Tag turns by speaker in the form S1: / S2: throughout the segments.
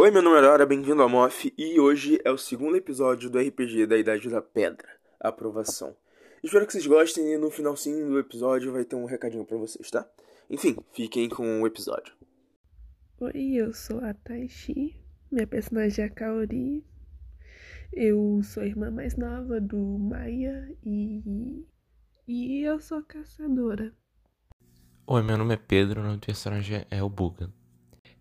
S1: Oi, meu nome é Aurora, bem-vindo ao MOF e hoje é o segundo episódio do RPG da Idade da Pedra, a Aprovação. Espero que vocês gostem e no finalzinho do episódio vai ter um recadinho pra vocês, tá? Enfim, fiquem com o episódio.
S2: Oi, eu sou a Taishi, minha personagem é a Kaori. Eu sou a irmã mais nova do Maia e. E eu sou caçadora.
S3: Oi, meu nome é Pedro, o nome do personagem é o Buga.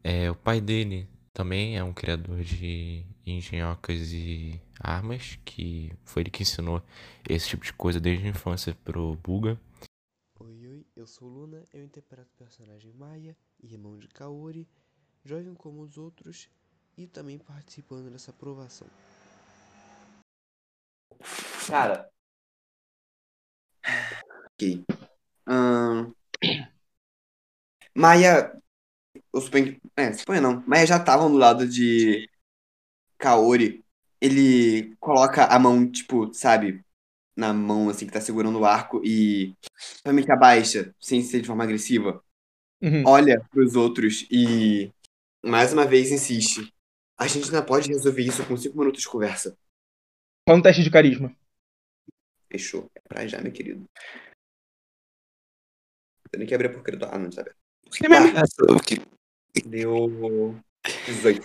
S3: É, o pai dele também é um criador de engenhocas e armas, que foi ele que ensinou esse tipo de coisa desde a infância pro Buga.
S4: Oi, oi, eu sou Luna, eu interpreto o personagem Maia, irmão de Kaori, jovem como os outros e também participando dessa aprovação.
S5: Cara.
S4: Ok.
S5: ahn, Maia. Eu suponho que. É, suponho não. Maia já tava do lado de Kaori. Ele coloca a mão, tipo, sabe? Na mão, assim, que tá segurando o arco e. Realmente abaixa, sem ser de forma agressiva.
S6: Uhum. Hum.
S5: Olha pros outros e. Mais uma vez insiste. A gente ainda pode resolver isso com cinco minutos de conversa.
S6: Faz um teste de carisma.
S5: Fechou. É pra já, meu querido. Eu nem que abrir a porcaria do. Ah, não, sabe.
S6: que é mesmo?
S5: Deu 18.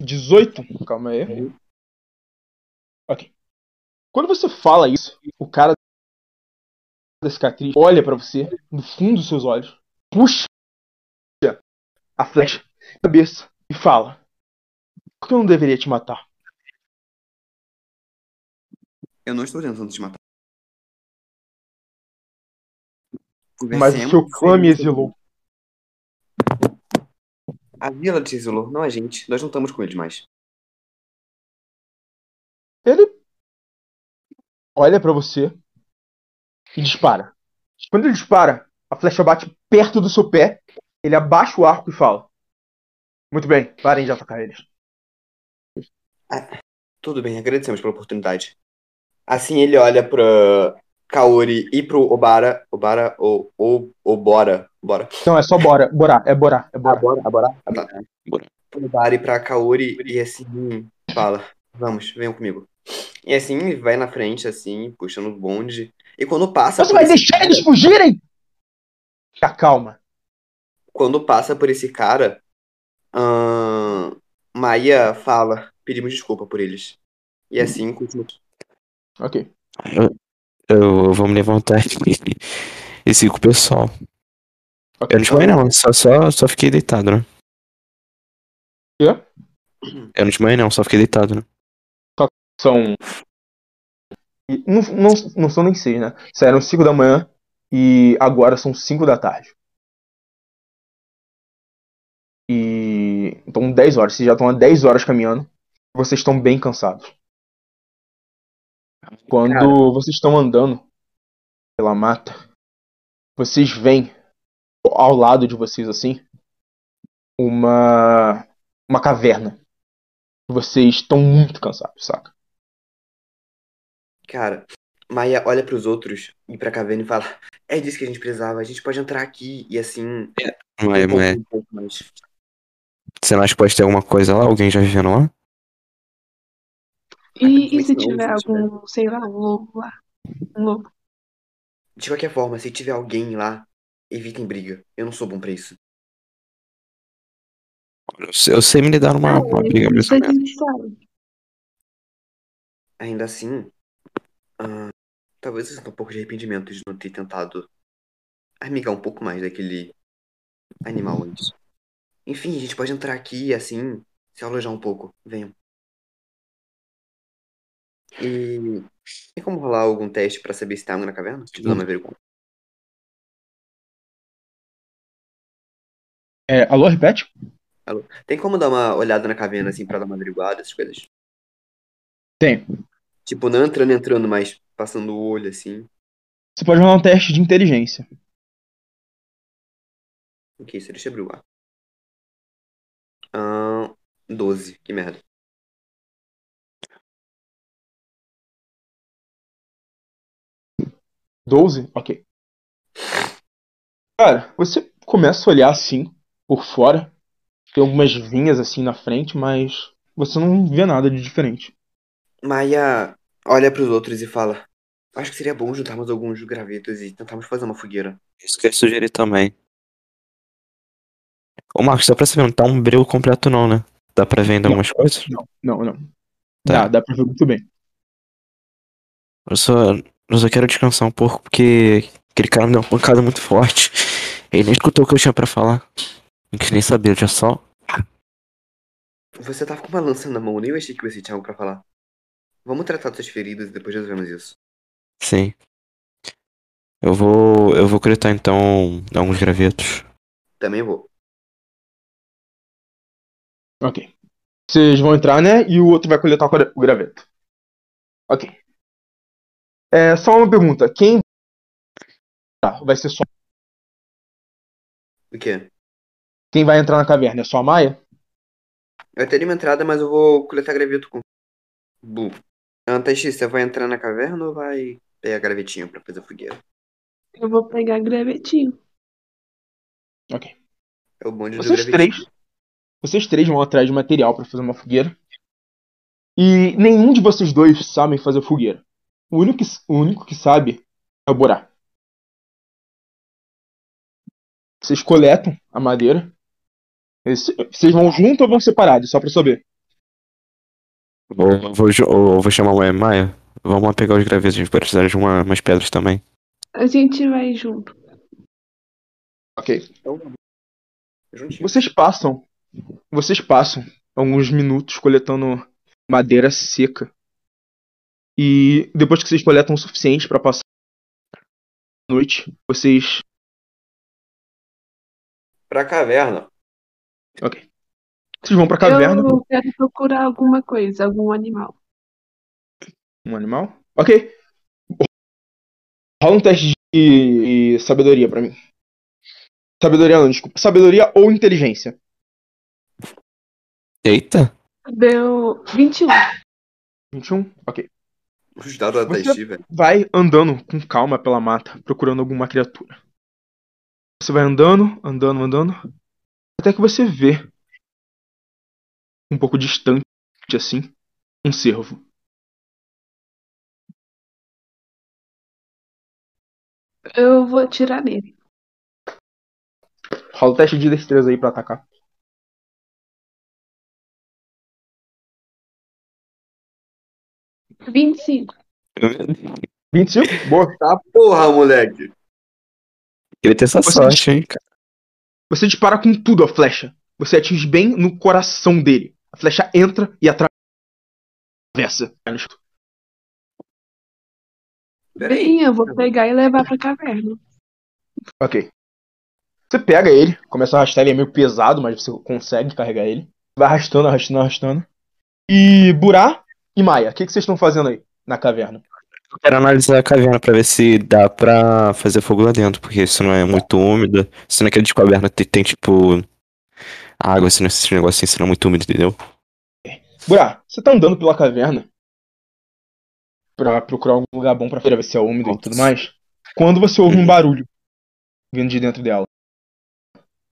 S6: 18? Calma aí. Ok. Quando você fala isso, o cara da cicatriz olha pra você no fundo dos seus olhos, puxa a flecha da cabeça e fala: Por que eu não deveria te matar?
S5: Eu não estou tentando te matar.
S6: Mas o seu clã me exilou.
S5: A vila te exilou, não a gente. Nós não estamos com eles mais.
S6: Ele olha pra você e dispara. Quando ele dispara, a flecha bate perto do seu pé. Ele abaixa o arco e fala: Muito bem, parem de atacar eles.
S5: Tudo bem, agradecemos pela oportunidade. Assim ele olha pra Kaori e pro Obara. Obara ou ou Obora. Bora.
S6: Não, é só bora, bora, é bora, é bora.
S5: Bora, bora. Ah, tá. Pro Obara e pra Kaori e assim fala: Vamos, venham comigo. E assim ele vai na frente, assim, puxando o bonde. E quando passa.
S6: Você
S5: por
S6: vai
S5: esse
S6: deixar
S5: cara-
S6: eles fugirem? Tá, calma.
S5: quando passa por esse cara, ahn, Maia fala, pedimos desculpa por eles. E assim continua.
S6: Ok.
S7: Eu, eu vou me levantar aqui e sigo o pessoal. Eu não te morri, não, só, só, só fiquei deitado, né?
S6: Quê?
S7: Eu não te morri, não, só fiquei deitado, né?
S6: São. e Não, não, não são nem seis, né? Saíram cinco da manhã e agora são cinco da tarde. E. Então, 10 horas. Vocês já estão há 10 horas caminhando. Vocês estão bem cansados. Quando vocês estão andando pela mata, vocês veem ao lado de vocês, assim, uma. uma caverna. Vocês estão muito cansados, saca?
S5: Cara, Maia olha pros outros e pra caverna e fala: É disso que a gente precisava, a gente pode entrar aqui e assim.
S7: Mas,
S5: um pouco,
S7: mas,
S5: um pouco mais.
S7: você não acha que pode ter alguma coisa lá? Alguém já vivendo lá?
S2: E, e
S5: mas
S2: se
S5: não,
S2: tiver
S5: se tiver.
S2: algum, sei lá, um lobo lá? Um lobo.
S5: De qualquer forma, se tiver alguém lá, evitem briga. Eu não sou bom pra isso.
S7: Eu sei, eu sei me lidar numa uma
S2: Não,
S7: briga né? mais ou
S2: isso a
S7: menos.
S2: gente sabe.
S5: Ainda assim, ah, talvez eu sinta um pouco de arrependimento de não ter tentado amigar um pouco mais daquele animal antes. Enfim, a gente pode entrar aqui e assim se alojar um pouco. Venham. E tem como rolar algum teste pra saber se tem água na caverna? Tipo, dá uma vergonha.
S6: É, alô, repete?
S5: Tem como dar uma olhada na caverna assim pra dar uma averiguada, essas coisas?
S6: Tem.
S5: Tipo, não entrando, entrando, mas passando o olho assim.
S6: Você pode rolar um teste de inteligência.
S5: Ok, isso deixa eu abrir o ar. Ah, 12, que merda.
S6: Doze? Ok. Cara, você começa a olhar assim, por fora, Tem algumas vinhas assim na frente, mas você não vê nada de diferente.
S8: Maia olha pros outros e fala: Acho que seria bom juntarmos alguns gravetos e tentarmos fazer uma fogueira.
S7: Isso que eu ia sugerir também. Ô, Marcos, dá pra saber, não tá um breu completo não, né? Dá pra vender
S6: Não.
S7: algumas coisas?
S6: Não, não, não.
S7: Tá.
S6: Dá, dá pra ver muito bem.
S7: Eu só, eu só quero descansar um pouco porque aquele cara me deu uma pancada muito forte. Ele nem escutou o que eu tinha pra falar. Não quis nem saber, eu já só.
S8: Você tava com uma lança na mão, nem eu achei que você tinha algo pra falar. Vamos tratar suas feridas e depois resolvemos isso.
S7: Sim. Eu vou. Eu vou coletar então alguns gravetos.
S8: Também vou.
S6: Ok. Vocês vão entrar, né? E o outro vai coletar o gra- o graveto. Ok. É, só uma pergunta. Quem. Tá, vai ser só.
S8: O quê?
S6: Quem vai entrar na caverna? É só a Maia?
S8: Eu teria uma entrada, mas eu vou coletar graveto com. Bu. Antes, você vai entrar na caverna ou vai pegar gravetinho pra fazer fogueira?
S2: Eu vou pegar gravetinho.
S8: É o bonde do
S6: Vocês
S8: gravetinho.
S6: três. Vocês três vão atrás de material pra fazer uma fogueira. E nenhum de vocês dois sabem fazer fogueira. O único que, o único que sabe é o Borá. Vocês coletam a madeira. Esse- Vocês vão junto ou vão separados? Só pra saber.
S7: Ou eu vou, ju- ou eu vou chamar o Maia. Vamos lá pegar os gravetos, a gente vai precisar de uma- umas pedras também.
S2: A gente vai junto.
S6: Ok.
S8: Juntinho.
S6: Vocês passam. Vocês passam alguns minutos coletando madeira seca. E depois que vocês coletam o suficiente pra passar a noite, vocês.
S8: Pra caverna.
S6: Vocês vão pra caverna.
S2: Eu quero procurar alguma coisa, algum animal.
S6: Um animal. Ok. Rola um teste de, de sabedoria pra mim. Sabedoria não, desculpa. Sabedoria ou inteligência.
S7: Eita!
S2: Deu 21.
S6: 21? Ok.
S8: Os dados da
S6: Você-
S8: Taishi, velho.
S6: vai andando com calma pela mata, procurando alguma criatura. Você vai andando, andando, andando, até que você vê, um pouco distante assim, um cervo.
S2: Eu vou atirar nele.
S6: Rola o teste de destreza aí pra atacar.
S2: Vinte 25.
S6: 25? Boa.
S8: Tá porra, moleque.
S7: Queria ter essa
S6: Vocês-
S7: sorte, hein, cara.
S6: Você dispara com tudo a flecha. Você atinge bem no coração dele. A flecha entra e atravessa.
S8: Peraí.
S2: Bem, eu vou pegar e levar pra caverna.
S6: Ok. Você pega ele, começa a arrastar, ele é meio pesado, mas você consegue carregar ele. Vai arrastando, arrastando, arrastando. E Burá e Maia, o que, que vocês estão fazendo aí na caverna?
S7: Eu quero analisar a caverna pra ver se dá pra fazer fogo lá dentro, porque se não é muito úmido, se naquele de caverna tem, tem tipo. Água, se não esses negocinhos, se não é muito úmido, entendeu?
S6: Burá, você tá andando pela caverna pra procurar algum lugar bom pra feira, ver se é úmido e tudo mais. Quando você ouve um barulho vindo de dentro dela.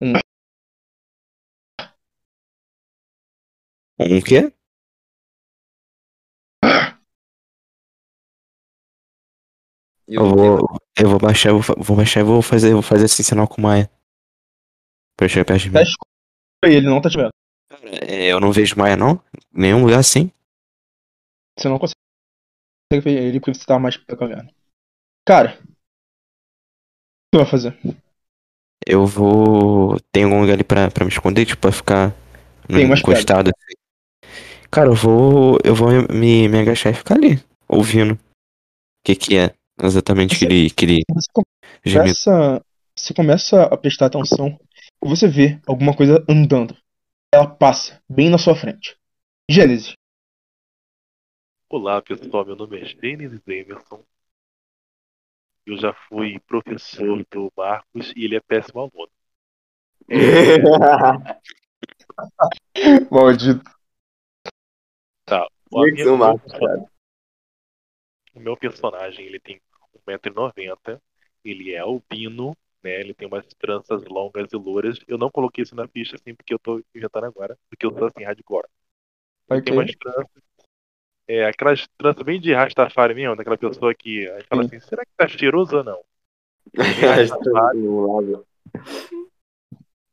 S6: Um...
S7: Um quê?
S8: E
S7: Eu vou, eu vou baixar, eu vou, fa- vou baixar e vou fazer, vou fazer esse sinal com o Maia. Pra ele chegar perto de mim.
S6: Tá escuro e ele não tá te vendo.
S7: É, eu não vejo Maia, não. Nenhum lugar assim.
S6: Você não consegue ver ele porque você tá mais perto da caverna. Cara, o que você vai fazer?
S7: Eu vou. Tem algum lugar ali pra, pra me esconder, tipo, pra ficar
S6: Tem umas pedras.
S7: encostado. assim. Cara, eu vou. Eu vou me, me agachar e ficar ali, ouvindo. O que que é exatamente que ele, que ele
S6: Você
S7: gemido.
S6: começa, você começa a prestar atenção, você vê alguma coisa andando. Ela passa bem na sua frente. Gênesis,
S9: Olá pessoal, meu nome é Gênesis Emerson. Eu já fui professor do Marcos e ele é péssimo aluno.
S6: maldito.
S9: A minha-
S8: Isso, Marcos,
S9: um o meu personagem ele tem 1,90m, ele é albino né? Ele tem umas tranças longas e louras. Eu não coloquei isso na ficha, assim, porque eu tô inventando agora, porque eu sou, assim, hardcore.
S6: Ok.
S9: Tem umas tranças. É, aquelas tranças bem de Rastafari mesmo, daquela pessoa que aí fala assim, será que tá cheiroso ou não?
S5: tá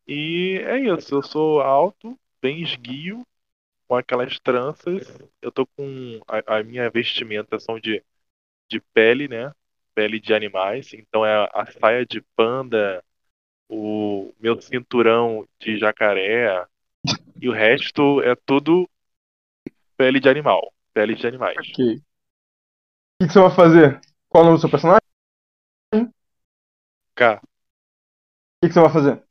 S9: E é isso, eu sou alto, bem esguio, com aquelas tranças. Eu tô com. A, a minha vestimenta são de, de pele, né? Pele de animais. Então é a, a saia de panda, o meu cinturão de jacaré. E o resto é tudo pele de animal. Pele de animais.
S6: Ok. O que, que você vai fazer? Qual o nome do seu personagem?
S9: Cá.
S6: O que, que você vai fazer?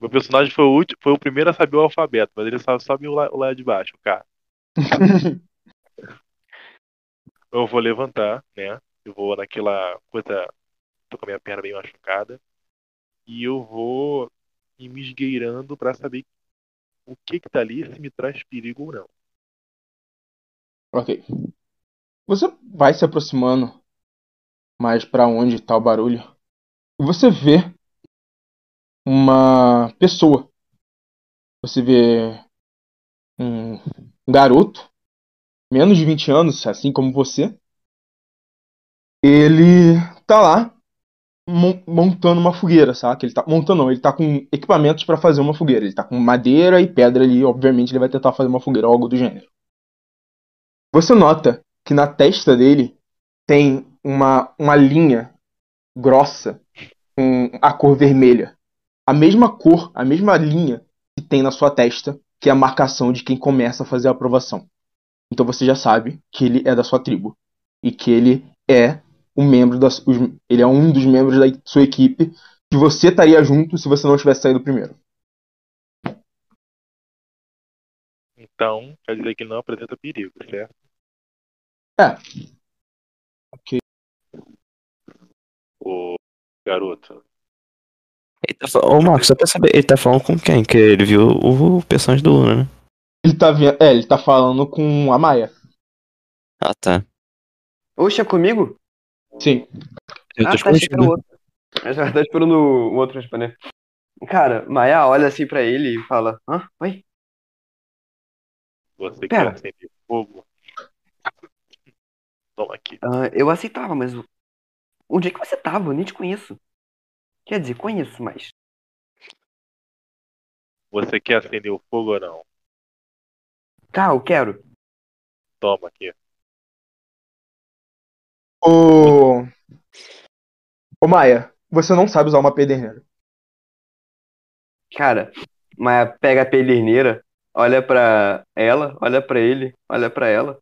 S9: Meu personagem foi o, último, foi o primeiro a saber o alfabeto, mas ele sabe, sabe o, lá, o lá de baixo, o K. Eu vou levantar, né? Eu vou naquela coisa. Tô com a minha perna bem machucada. E eu vou ir me esgueirando pra saber o que que tá ali, se me traz perigo ou não.
S6: Ok. Você vai se aproximando mais pra onde tá o barulho. E você vê uma pessoa. Você vê um garoto, menos de 20 anos, assim como você. Ele tá lá mon- montando uma fogueira, sabe? Ele tá montando, não, ele tá com equipamentos pra fazer uma fogueira. Ele tá com madeira e pedra ali, obviamente ele vai tentar fazer uma fogueira ou algo do gênero. Você nota que na testa dele tem uma, uma linha grossa com a cor vermelha. A mesma cor, a mesma linha que tem na sua testa, que é a marcação de quem começa a fazer a aprovação. Então você já sabe que ele é da sua tribo e que ele é um membro da, os- ele é um dos membros da sua equipe que você estaria junto se você não tivesse saído primeiro.
S9: Então, quer dizer que ele não apresenta perigo, certo?
S6: É. Ok.
S9: Ô, garoto.
S7: Ele tá fal- Ô, Marcos, só pra saber, ele tá falando com quem? Que ele viu o personagem do Luna, né?
S6: Ele tá vi- é, ele tá falando com a Maia.
S7: Ah, tá.
S5: Oxe, é comigo?
S6: Sim.
S7: Eu
S5: ah,
S7: tô
S5: tá achei que era o
S7: escondido.
S5: outro. Eu já tava esperando o um outro responder. Cara, Maia olha assim pra ele e fala: Hã? Oi?
S9: Você
S5: Pera.
S9: quer acender fogo? Toma aqui.
S5: Ah, eu aceitava, mas o- onde é que você tava? Eu nem te conheço. Quer dizer, conheço, mas.
S9: Você quer acender o fogo ou não?
S5: Tá, eu quero.
S9: Toma aqui.
S6: Ô. Ô Maia, você não sabe usar uma pederneira.
S5: Cara, Maia pega a pederneira, olha pra ela, olha pra ele, olha pra ela,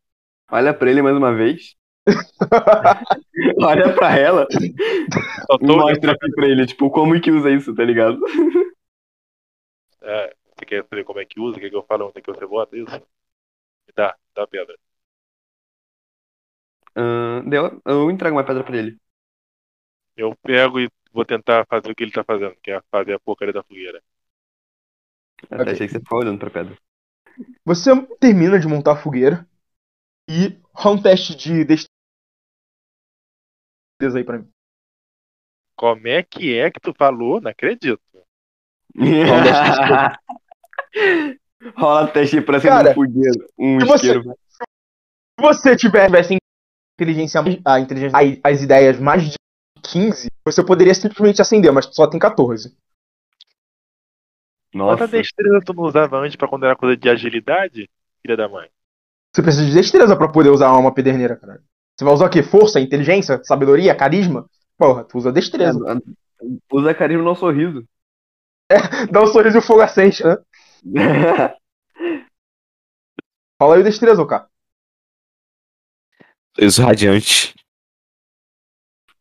S5: olha pra ele mais uma vez, olha pra ela
S9: Só
S5: e
S9: tô-
S5: mostra aqui pra ele, tipo, como que usa isso, tá ligado?
S9: É, você quer saber como é que usa? Quer que eu fale onde é que você bota isso? Me dá, me dá a pedra.
S5: Ahn, deu, eu entrego uma pedra pra ele.
S9: Eu pego e vou tentar fazer o que ele tá fazendo, que é fazer a porcaria da fogueira.
S5: Eu Até
S6: Ok.
S5: achei que você ficou olhando pra pedra.
S6: Você termina de montar a fogueira e rola um teste de destreza aí pra mim.
S9: Como é que é que tu falou? Não acredito.
S5: Rola teste pra ser
S6: Cara,
S5: um fogueiro, um
S6: e você?
S5: isqueiro.
S6: Se você tivesse inteligência, a inteligência, a- as ideias mais de 15, você poderia simplesmente acender, mas só tem 14.
S5: Nossa,
S9: Quanta destreza tu não usava antes pra quando era coisa de agilidade? Filha da mãe.
S6: Você precisa de destreza pra poder usar uma pederneira, cara. Você vai usar o quê? Força, inteligência, sabedoria, carisma? Porra, tu usa destreza.
S5: usa carisma no sorriso.
S6: Dá um sorriso e o fogo acende, né? Fala aí o destreza, ô cara.
S7: Sorriso radiante.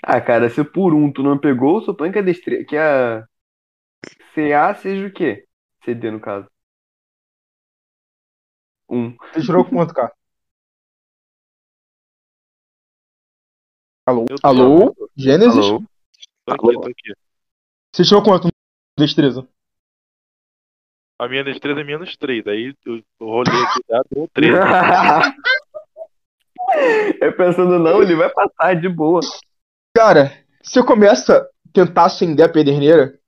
S5: ah, cara, se por um tu não pegou, eu suponho que a destreza. Que a CA seja o quê? CD, no caso. Um.
S6: Você tirou quanto, cara? Alô?
S9: Eu tô-
S6: Alô? Gênesis?
S5: Alô?
S9: Tô aqui, tô aqui.
S6: Você tirou quanto no destreza?
S9: A minha destreza é menos 3. Aí eu rolei aqui o dado, deu 3.
S5: Eu pensando, não, ele vai passar de boa.
S6: Cara, você começa tentar acender a pederneira,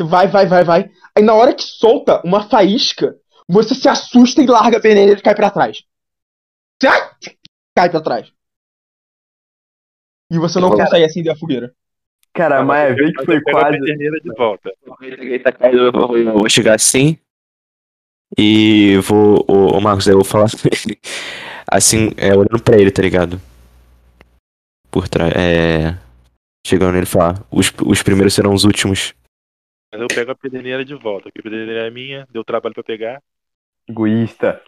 S6: você vai, vai, vai, vai. Aí na hora que solta uma faísca, você se assusta e larga a pederneira e cai pra trás. Você ai, cai pra trás. E você não
S5: Cara.
S6: consegue acender a fogueira.
S5: Cara, a Maia
S9: Mas eu
S5: veio é, que foi
S9: pego a
S5: quase.
S9: peterneira de volta.
S7: Eu vou- eu vou chegar assim e vou. O, o Marcos, eu vou falar assim, é, olhando pra ele, tá ligado? Por trás. É. Chegando nele e falar, os, os primeiros serão os últimos.
S9: Mas eu pego a pederneira de volta, porque a pederneira é minha, deu trabalho pra pegar.
S5: Egoísta.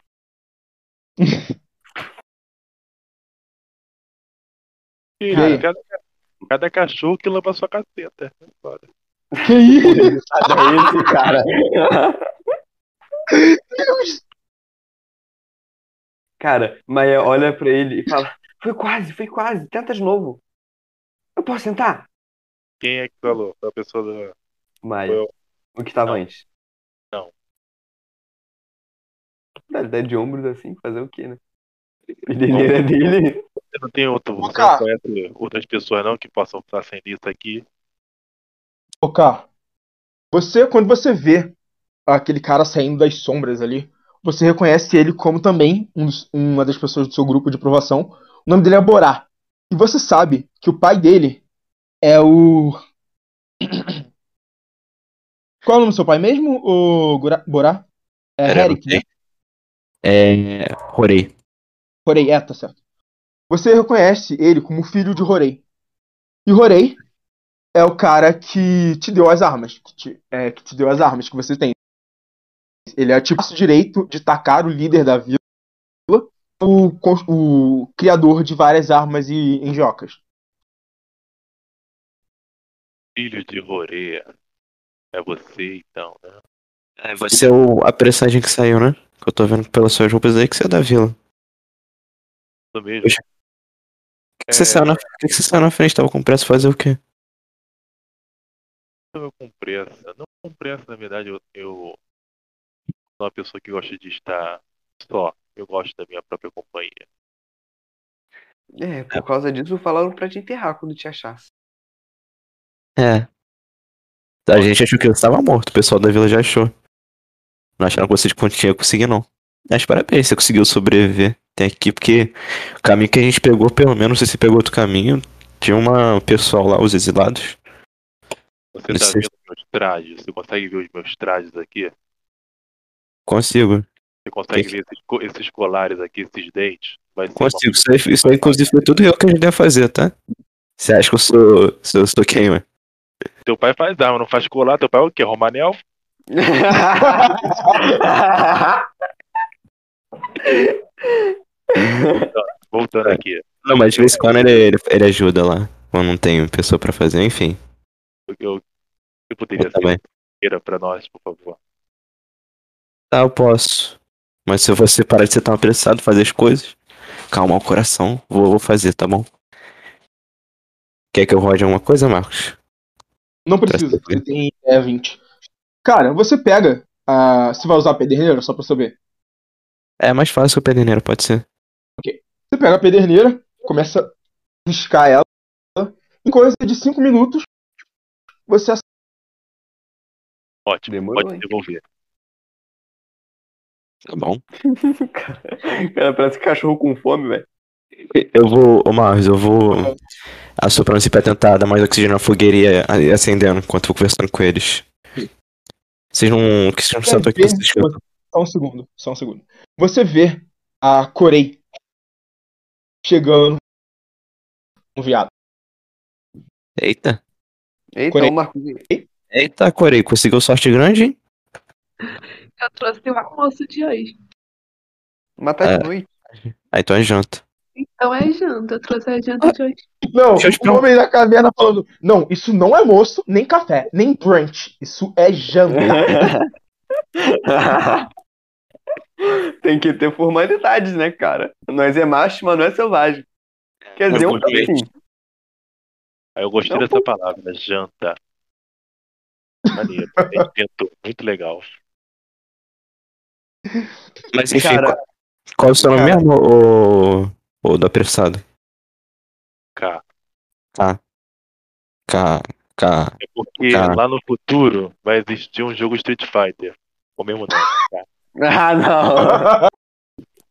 S9: E
S6: Cara.
S9: cada, cada cachorro que lamba a sua caceta. É foda.
S6: Que isso?
S5: Olha isso, cara. cara, Maia olha pra ele e fala: Foi quase, foi quase, tenta de novo. Eu posso tentar?
S9: Quem é que falou? Foi a pessoa do.
S5: Maia,
S9: Foi eu.
S5: o que estava
S9: Não.
S5: antes?
S9: Não.
S5: Dá, dá de ombros assim, fazer o quê, né? Pederneira dele.
S9: Você não tem outro.
S6: Ô,
S9: Você
S6: cara.
S9: não conhece outras pessoas não que possam acender isso aqui.
S6: Ô, Carl, você, quando você vê aquele cara saindo das sombras ali, você reconhece ele como também um dos- uma das pessoas do seu grupo de provação. O nome dele é Borá. E você sabe que o pai dele é o. Qual é o nome do seu pai mesmo, o Gura- Borá? É
S7: Era
S6: Eric,
S7: o
S6: né?
S7: quê? É. Rorei.
S6: Horei, é, tá certo. Você reconhece ele como filho de Horei. E Horei é o cara que te deu as armas. Que te, é, que te deu as armas que você tem. Ele é tipo o braço direito de tacar o líder da vila, o, cons- o criador de várias armas e enjocas.
S9: Filho de Rorea. É você então, né?
S7: É, você é o, a pressagem que saiu, né? Que eu tô vendo pelas suas roupas aí que você é da vila. Por
S9: Isso mesmo.
S7: Poxa. que, você saiu na, por que que você saiu na frente? Tava com pressa fazer o quê?
S9: Eu tava com pressa. Não com pressa, na verdade, eu, eu sou uma pessoa que gosta de estar só. Eu gosto da minha própria companhia.
S5: É, por causa disso falaram pra te enterrar quando te achasse.
S7: É. A gente achou que você estava morto, o pessoal da vila já achou. Não acharam que você tinha conseguido, não. Mas parabéns, você conseguiu sobreviver até aqui, porque o caminho que a gente pegou, pelo menos, não sei se pegou outro caminho, tinha uma um pessoal lá, os exilados.
S9: Você
S7: Não
S9: tá
S7: sei.
S9: vendo meus trajes? Você consegue ver os meus trajes aqui?
S7: Consigo,
S9: Você consegue
S7: Que-
S9: ver esses, co- esses colares aqui, esses dentes? Vai ser uma-
S7: consigo. Isso aí, isso aí, inclusive, foi tudo eu que ajudei a fazer, tá? Você acha que eu sou, sou, sou quem, ué?
S9: Teu pai faz arma, não faz colar. Teu pai é o quê? Romanel?
S7: É.
S9: Voltando aqui.
S7: Não, mas de vez em quando ele, ele, ele ajuda lá, quando não tem pessoa pra fazer, enfim.
S9: Eu, eu, você poderia
S7: Tá
S9: ser
S7: bem.
S9: primeira pra nós, por favor.
S7: Tá, eu posso. Mas se você parar de ser tão apressado, fazer as coisas, calmar o coração, vou, vou fazer, tá bom? Quer que eu rode alguma coisa, Marcos?
S6: Não precisa, você tem é, 20. Cara, você pega. ah, você vai usar a pederneira, só pra saber.
S7: É mais fácil o pederneiro, pode ser.
S6: Você pega a pederneira, começa a riscar ela. Em coisa de 5 minutos, você
S9: Ótimo,
S5: Demorou,
S9: pode
S5: hein?
S9: devolver.
S7: Tá bom.
S5: Cara, parece cachorro com fome, velho.
S7: Eu vou, ô Marcos, eu vou assoprando se pra tentar dar mais oxigênio na fogueira e a- e acendendo enquanto eu vou conversando com eles. Vocês não. Que vocês não sentam aqui, vocês ficam-
S6: Só um segundo, só um segundo. Você vê a Corei chegando um viado.
S7: Eita.
S5: Eita,
S6: Corei.
S5: o Marcos.
S7: Eita, Corei, conseguiu sorte grande, hein?
S2: Eu trouxe o almoço de hoje.
S5: Matar
S7: É.
S5: de noite.
S7: Ah, então é janta.
S2: Então é janta. Eu trouxe a janta de hoje.
S6: Não,
S7: Deixa eu te
S6: o homem da caverna falando: Não, isso não é almoço, nem café, nem brunch. Isso é janta.
S5: Tem que ter formalidades, né, cara? Nós é macho, mas não é selvagem. Quer dizer, um
S7: Exatamente.
S5: assim,
S9: Aí eu gostei
S5: Não,
S9: dessa palavra, janta. Maneiro, bem inventou, muito legal.
S7: Mas enfim,
S5: Cara-
S7: qual, qual é o seu nome
S5: Cara-
S7: mesmo, ô, ô do apressado?
S9: K.
S7: Ca... Cara,
S9: É porque
S7: Tá.
S9: lá no futuro vai existir um jogo Street Fighter. O mesmo nome. tá?
S5: Ah,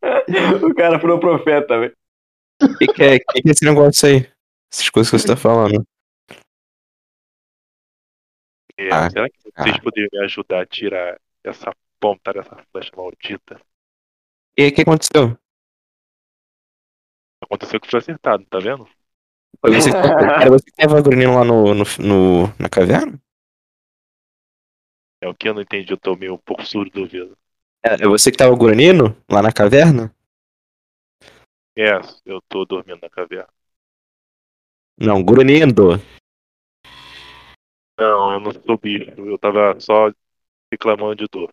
S5: não. o cara foi um profeta, velho.
S7: o que, que, é, que que é esse negócio aí? Essas coisas que você tá falando.
S9: É,
S7: Ah,
S9: será que vocês
S7: cara.
S9: poderiam me ajudar a tirar essa ponta dessa flecha maldita?
S7: E aí, o que aconteceu?
S9: Aconteceu que foi acertado, tá vendo?
S7: Foi você que era você que tava grunhindo lá no, no, no- na caverna?
S9: É o que eu não entendi, eu tô meio um pouco surdo do ouvido.
S7: É é você que tava grunhindo lá na caverna?
S9: É, eu tô dormindo na caverna.
S7: Não, grunhindo.
S9: Não, eu não sou bicho, eu tava só reclamando de dor.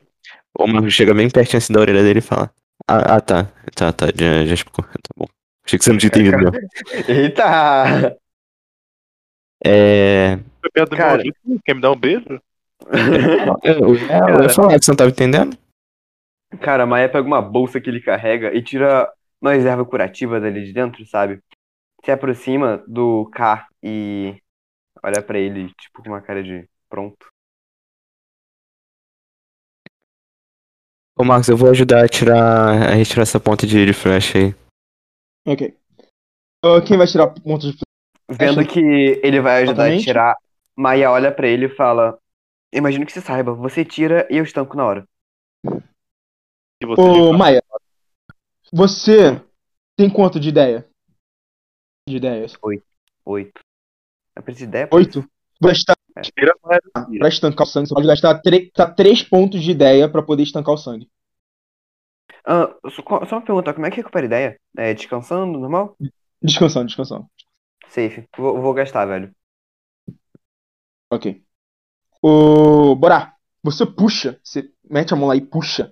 S7: O Marcos chega bem pertinho assim da orelha dele e fala: Ah, ah, tá, tá, tá, já, já explicou, tá bom. Achei que você não tinha entendido. não.
S5: Eita!
S7: É.
S9: Foi perto do
S5: Cara.
S9: meu ouvido, quer me dar um beijo?
S7: Eu, eu, eu ia falar que você não tava entendendo?
S5: Cara, a Maia pega uma bolsa que ele carrega e tira uma reserva curativa dali de dentro, sabe? Se aproxima do K e olha pra ele, tipo, com uma cara de pronto.
S7: Ô, Marcos, eu vou ajudar a tirar. a retirar essa ponta de, de flash aí.
S6: Ok. Ah, quem vai tirar pontos de
S5: Vendo
S6: Acho-
S5: que ele vai ajudar a
S6: Totalmente.
S5: tirar, Maia olha pra ele e fala: Imagino que você saiba, você tira e eu estanco na hora.
S9: E você
S6: Ô,
S9: reclama.
S6: Maia, você tem quanto de ideia? De ideias?
S5: Oito. Eu preciso de ideia? pô.
S6: Oito? Vai estar
S9: Tira mais.
S6: pra estancar o sangue. Você pode gastar tre- tá, três pontos de ideia pra poder estancar o sangue.
S5: Ah, só só uma pergunta: como é que recupera ideia? É descansando, normal?
S6: Descansando, descansando.
S5: Safe. Vou, vou gastar, velho.
S6: Ok. Ô, Borá, você puxa, você mete a mão lá e puxa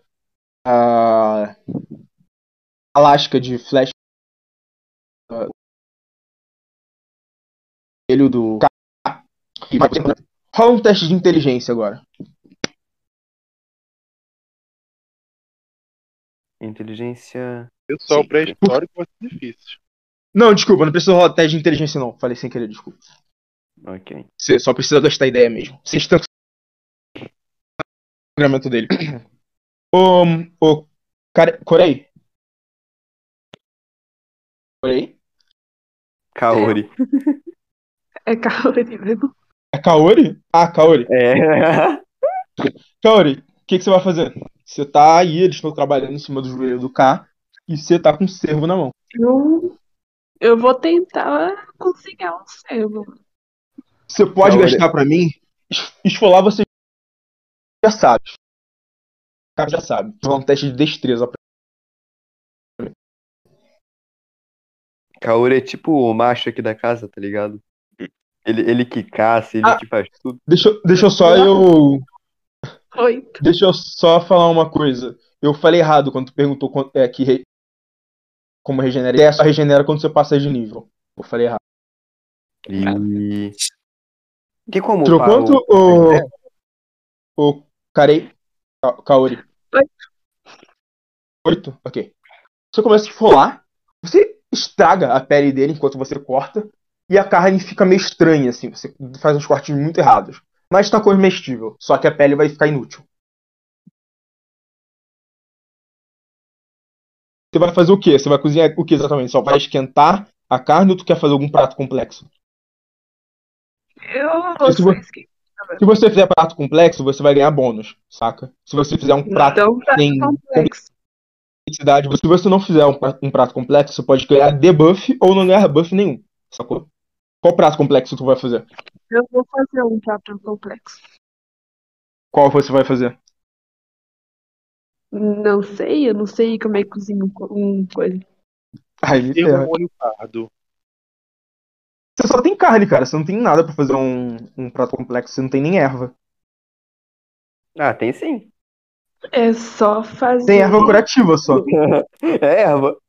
S6: a, a lasca de flash. ah, Ele do. K. E vai- Rola um teste de inteligência agora.
S5: Inteligência.
S9: Pessoal
S5: Sim.
S9: pré-histórico vai ser difícil.
S6: Não, desculpa, não precisa rolar teste de inteligência, não. Falei sem querer, desculpa.
S5: Ok.
S6: Você só precisa gastar ideia mesmo. Você está no programamento dele. Ô, ô, cara, Corei? Corei?
S5: Kaori.
S2: É Kaori mesmo.
S6: É Kaori? Ah, Kaori.
S5: É.
S6: Kaori, o que, que você vai fazer? Você tá aí, eles estão trabalhando em cima do joelho do K, e você tá com o servo na mão.
S2: Eu, eu vou tentar conseguir um servo.
S6: Você pode
S5: Kaori.
S6: gastar pra mim? Es- Esfolar você já sabe. O cara já sabe. Vou um teste de destreza pra
S5: Kaori é tipo o macho aqui da casa, tá ligado? Ele, ele que caça, ele tipo,
S6: Ah.
S5: que faz tudo.
S6: Deixa, eu- deixa eu só eu.
S2: Oito.
S6: Deixa eu só falar uma coisa. Eu falei errado quando tu perguntou quan- é, que re- como regenera. É, só regenera quando você passa de nível. Eu falei errado.
S5: E. Tem como
S6: Tirou
S5: upar o-
S6: quanto, ô. O Karei? Ka- Kaori?
S2: Oito.
S6: Oito? Ok. Você começa a esfolar, você estraga a pele dele enquanto você corta, e a carne fica meio estranha, assim. Você faz uns cortes muito errados. Mas tá comestível, só que a pele vai ficar inútil. Você vai fazer o quê? Você vai cozinhar o que exatamente? Só vai esquentar a carne ou tu quer fazer algum prato complexo?
S2: Eu vou
S6: Esse vo-
S2: esquecer.
S6: Se você fizer prato complexo, você vai ganhar bônus, saca? Se você fizer um prato
S2: Então, tá
S6: tem-
S2: complexo.
S6: complexidade. Se você não fizer um, pra- um prato complexo, você pode ganhar debuff ou não ganhar buff nenhum. Sacou? Qual prato complexo tu vai fazer?
S2: Eu vou fazer um prato complexo.
S6: Qual você vai fazer?
S2: Não sei, eu não sei como é que cozinha um, co- um coisa.
S6: Aí me
S9: Tem um
S6: ferra.
S9: olho pardo.
S6: Você só tem carne, cara. Você não tem nada pra fazer um, um prato complexo. Você não tem nem erva.
S5: Ah, tem sim.
S2: É só fazer.
S6: Tem erva curativa só.
S5: É erva.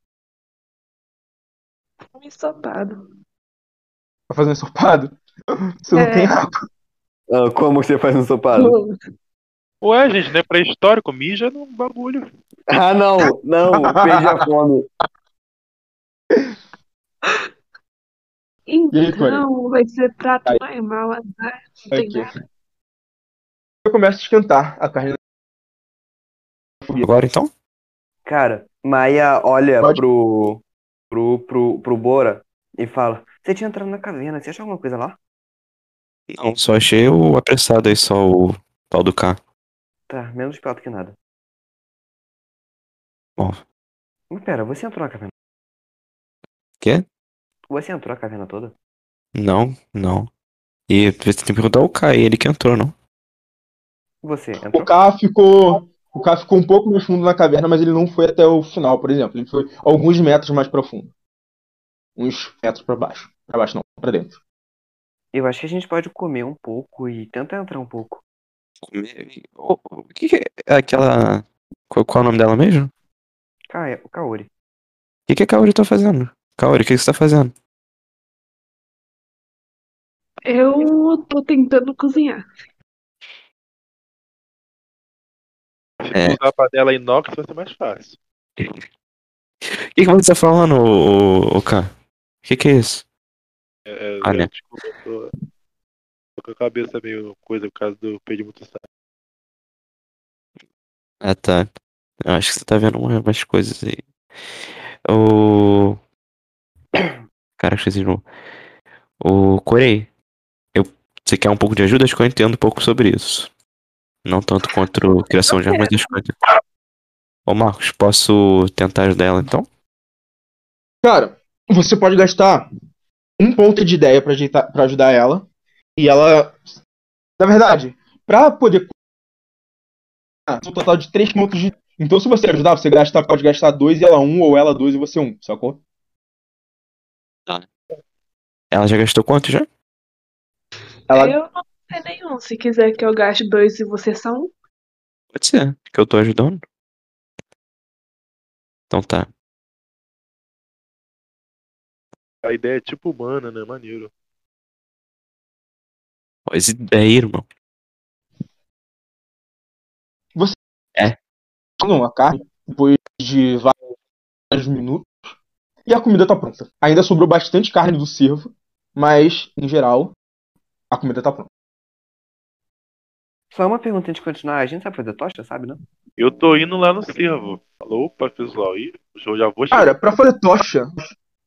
S2: um ensopado.
S6: Pra fazer um ensopado. Você não
S2: É.
S6: tem erva.
S5: Ah, como você faz um sopado?
S9: Ué, gente, não é pré-histórico? Mija num bagulho.
S5: Ah, não, não, perdi a fome.
S2: Então, vai ser prato
S6: Aí.
S2: normal, azar, não tem
S6: Aqui.
S2: nada.
S6: Eu começo a esquentar a carne.
S7: Agora então?
S5: Cara, Maia olha
S6: Pode-
S5: pro, pro, pro, pro Bora e fala: Você tinha entrado na caverna, você achou alguma coisa lá?
S7: Não, só achei o apressado aí, só o tal do K.
S5: Tá, menos pior do que nada.
S7: Bom.
S5: Mas pera, você entrou na caverna?
S7: Quê?
S5: Você entrou na caverna toda?
S7: Não, não. E você tem que perguntar o K, ele que entrou, não?
S5: Você
S6: O
S5: entrou?
S6: K ficou. O K ficou um pouco mais fundo na caverna, mas ele não foi até o final, por exemplo. Ele foi alguns metros mais profundo. Uns metros pra baixo. Pra baixo não, pra dentro.
S5: Eu acho que a gente pode comer um pouco e tentar entrar um pouco.
S7: Comer- O o que que é aquela. Qual, qual é o nome dela mesmo? O
S5: Caia, o Kaori.
S7: que, que a Kaori tá fazendo? Kaori, o que, que você tá fazendo?
S2: Eu tô tentando cozinhar.
S9: Se
S7: É.
S9: tu usar a panela inox, vai ser mais fácil.
S7: O que, que você tá falando, o, o, K? O que, que é isso?
S9: É, é,
S7: Ah, né?
S9: Desculpa, eu tô, tô com a cabeça meio coisa por causa do peito muito sangue.
S7: Ah, tá. Eu acho que você tá vendo uma- umas coisas aí. O. Cara, esqueci de novo. O Corei, eu... você quer um pouco de ajuda? Acho que eu entendo um pouco sobre isso. Não tanto contra o criação de armas, acho que eu entendo. Ô Marcos, posso tentar ajudar ela então?
S6: Cara, você pode gastar um ponto de ideia pra, ajeitar, pra ajudar ela. E ela. Na verdade, pra poder. Ah, um total de três pontos de. Então, se você ajudar, você gasta, pode gastar dois e ela um, ou ela dois e você um, sacou?
S7: Ela já gastou quanto já?
S6: Ela
S2: Eu não sei nenhum. Se quiser que eu gaste dois e você só um,
S7: Pode ser, que eu tô ajudando. Então tá.
S9: A ideia é tipo humana, né? Maneiro.
S7: Mas e daí, irmão?
S6: Não, a carne, depois de vários minutos. E a comida tá pronta. Ainda sobrou bastante carne do cervo, mas, em geral, a comida tá pronta.
S5: Só uma pergunta antes de continuar. A gente sabe fazer tocha, sabe, não?
S9: Eu tô indo lá no servo. Falou, opa, pessoal. Ih, eu já vou chegar.
S6: Cara, pra fazer tocha.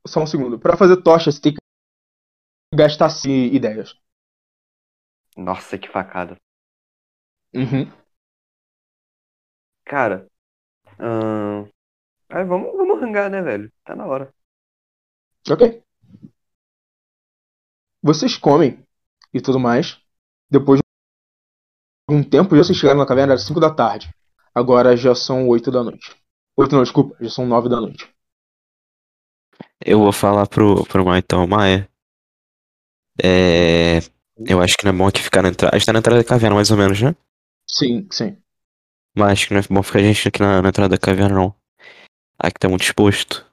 S6: Só um segundo. Pra fazer tocha, você tem que gastar sim ideias.
S5: Nossa, que facada.
S6: Uhum.
S5: Cara. ahn, Aí vamos, vamos rangar, né, velho? Tá na hora.
S6: Ok. Vocês comem e tudo mais. Depois de um tempo, vocês chegaram na caverna, era 5 da tarde. Agora já são 8 da noite. 8 não, desculpa, já são 9 da noite.
S7: Eu vou falar pro, pro Maia então. Maia, é. Eu acho que não é bom aqui ficar na entrada. A gente tá na entrada da caverna, mais ou menos, né?
S6: Sim, sim.
S7: Mas acho que não é bom ficar a gente aqui na, na entrada da caverna, não. Aqui tá muito exposto. O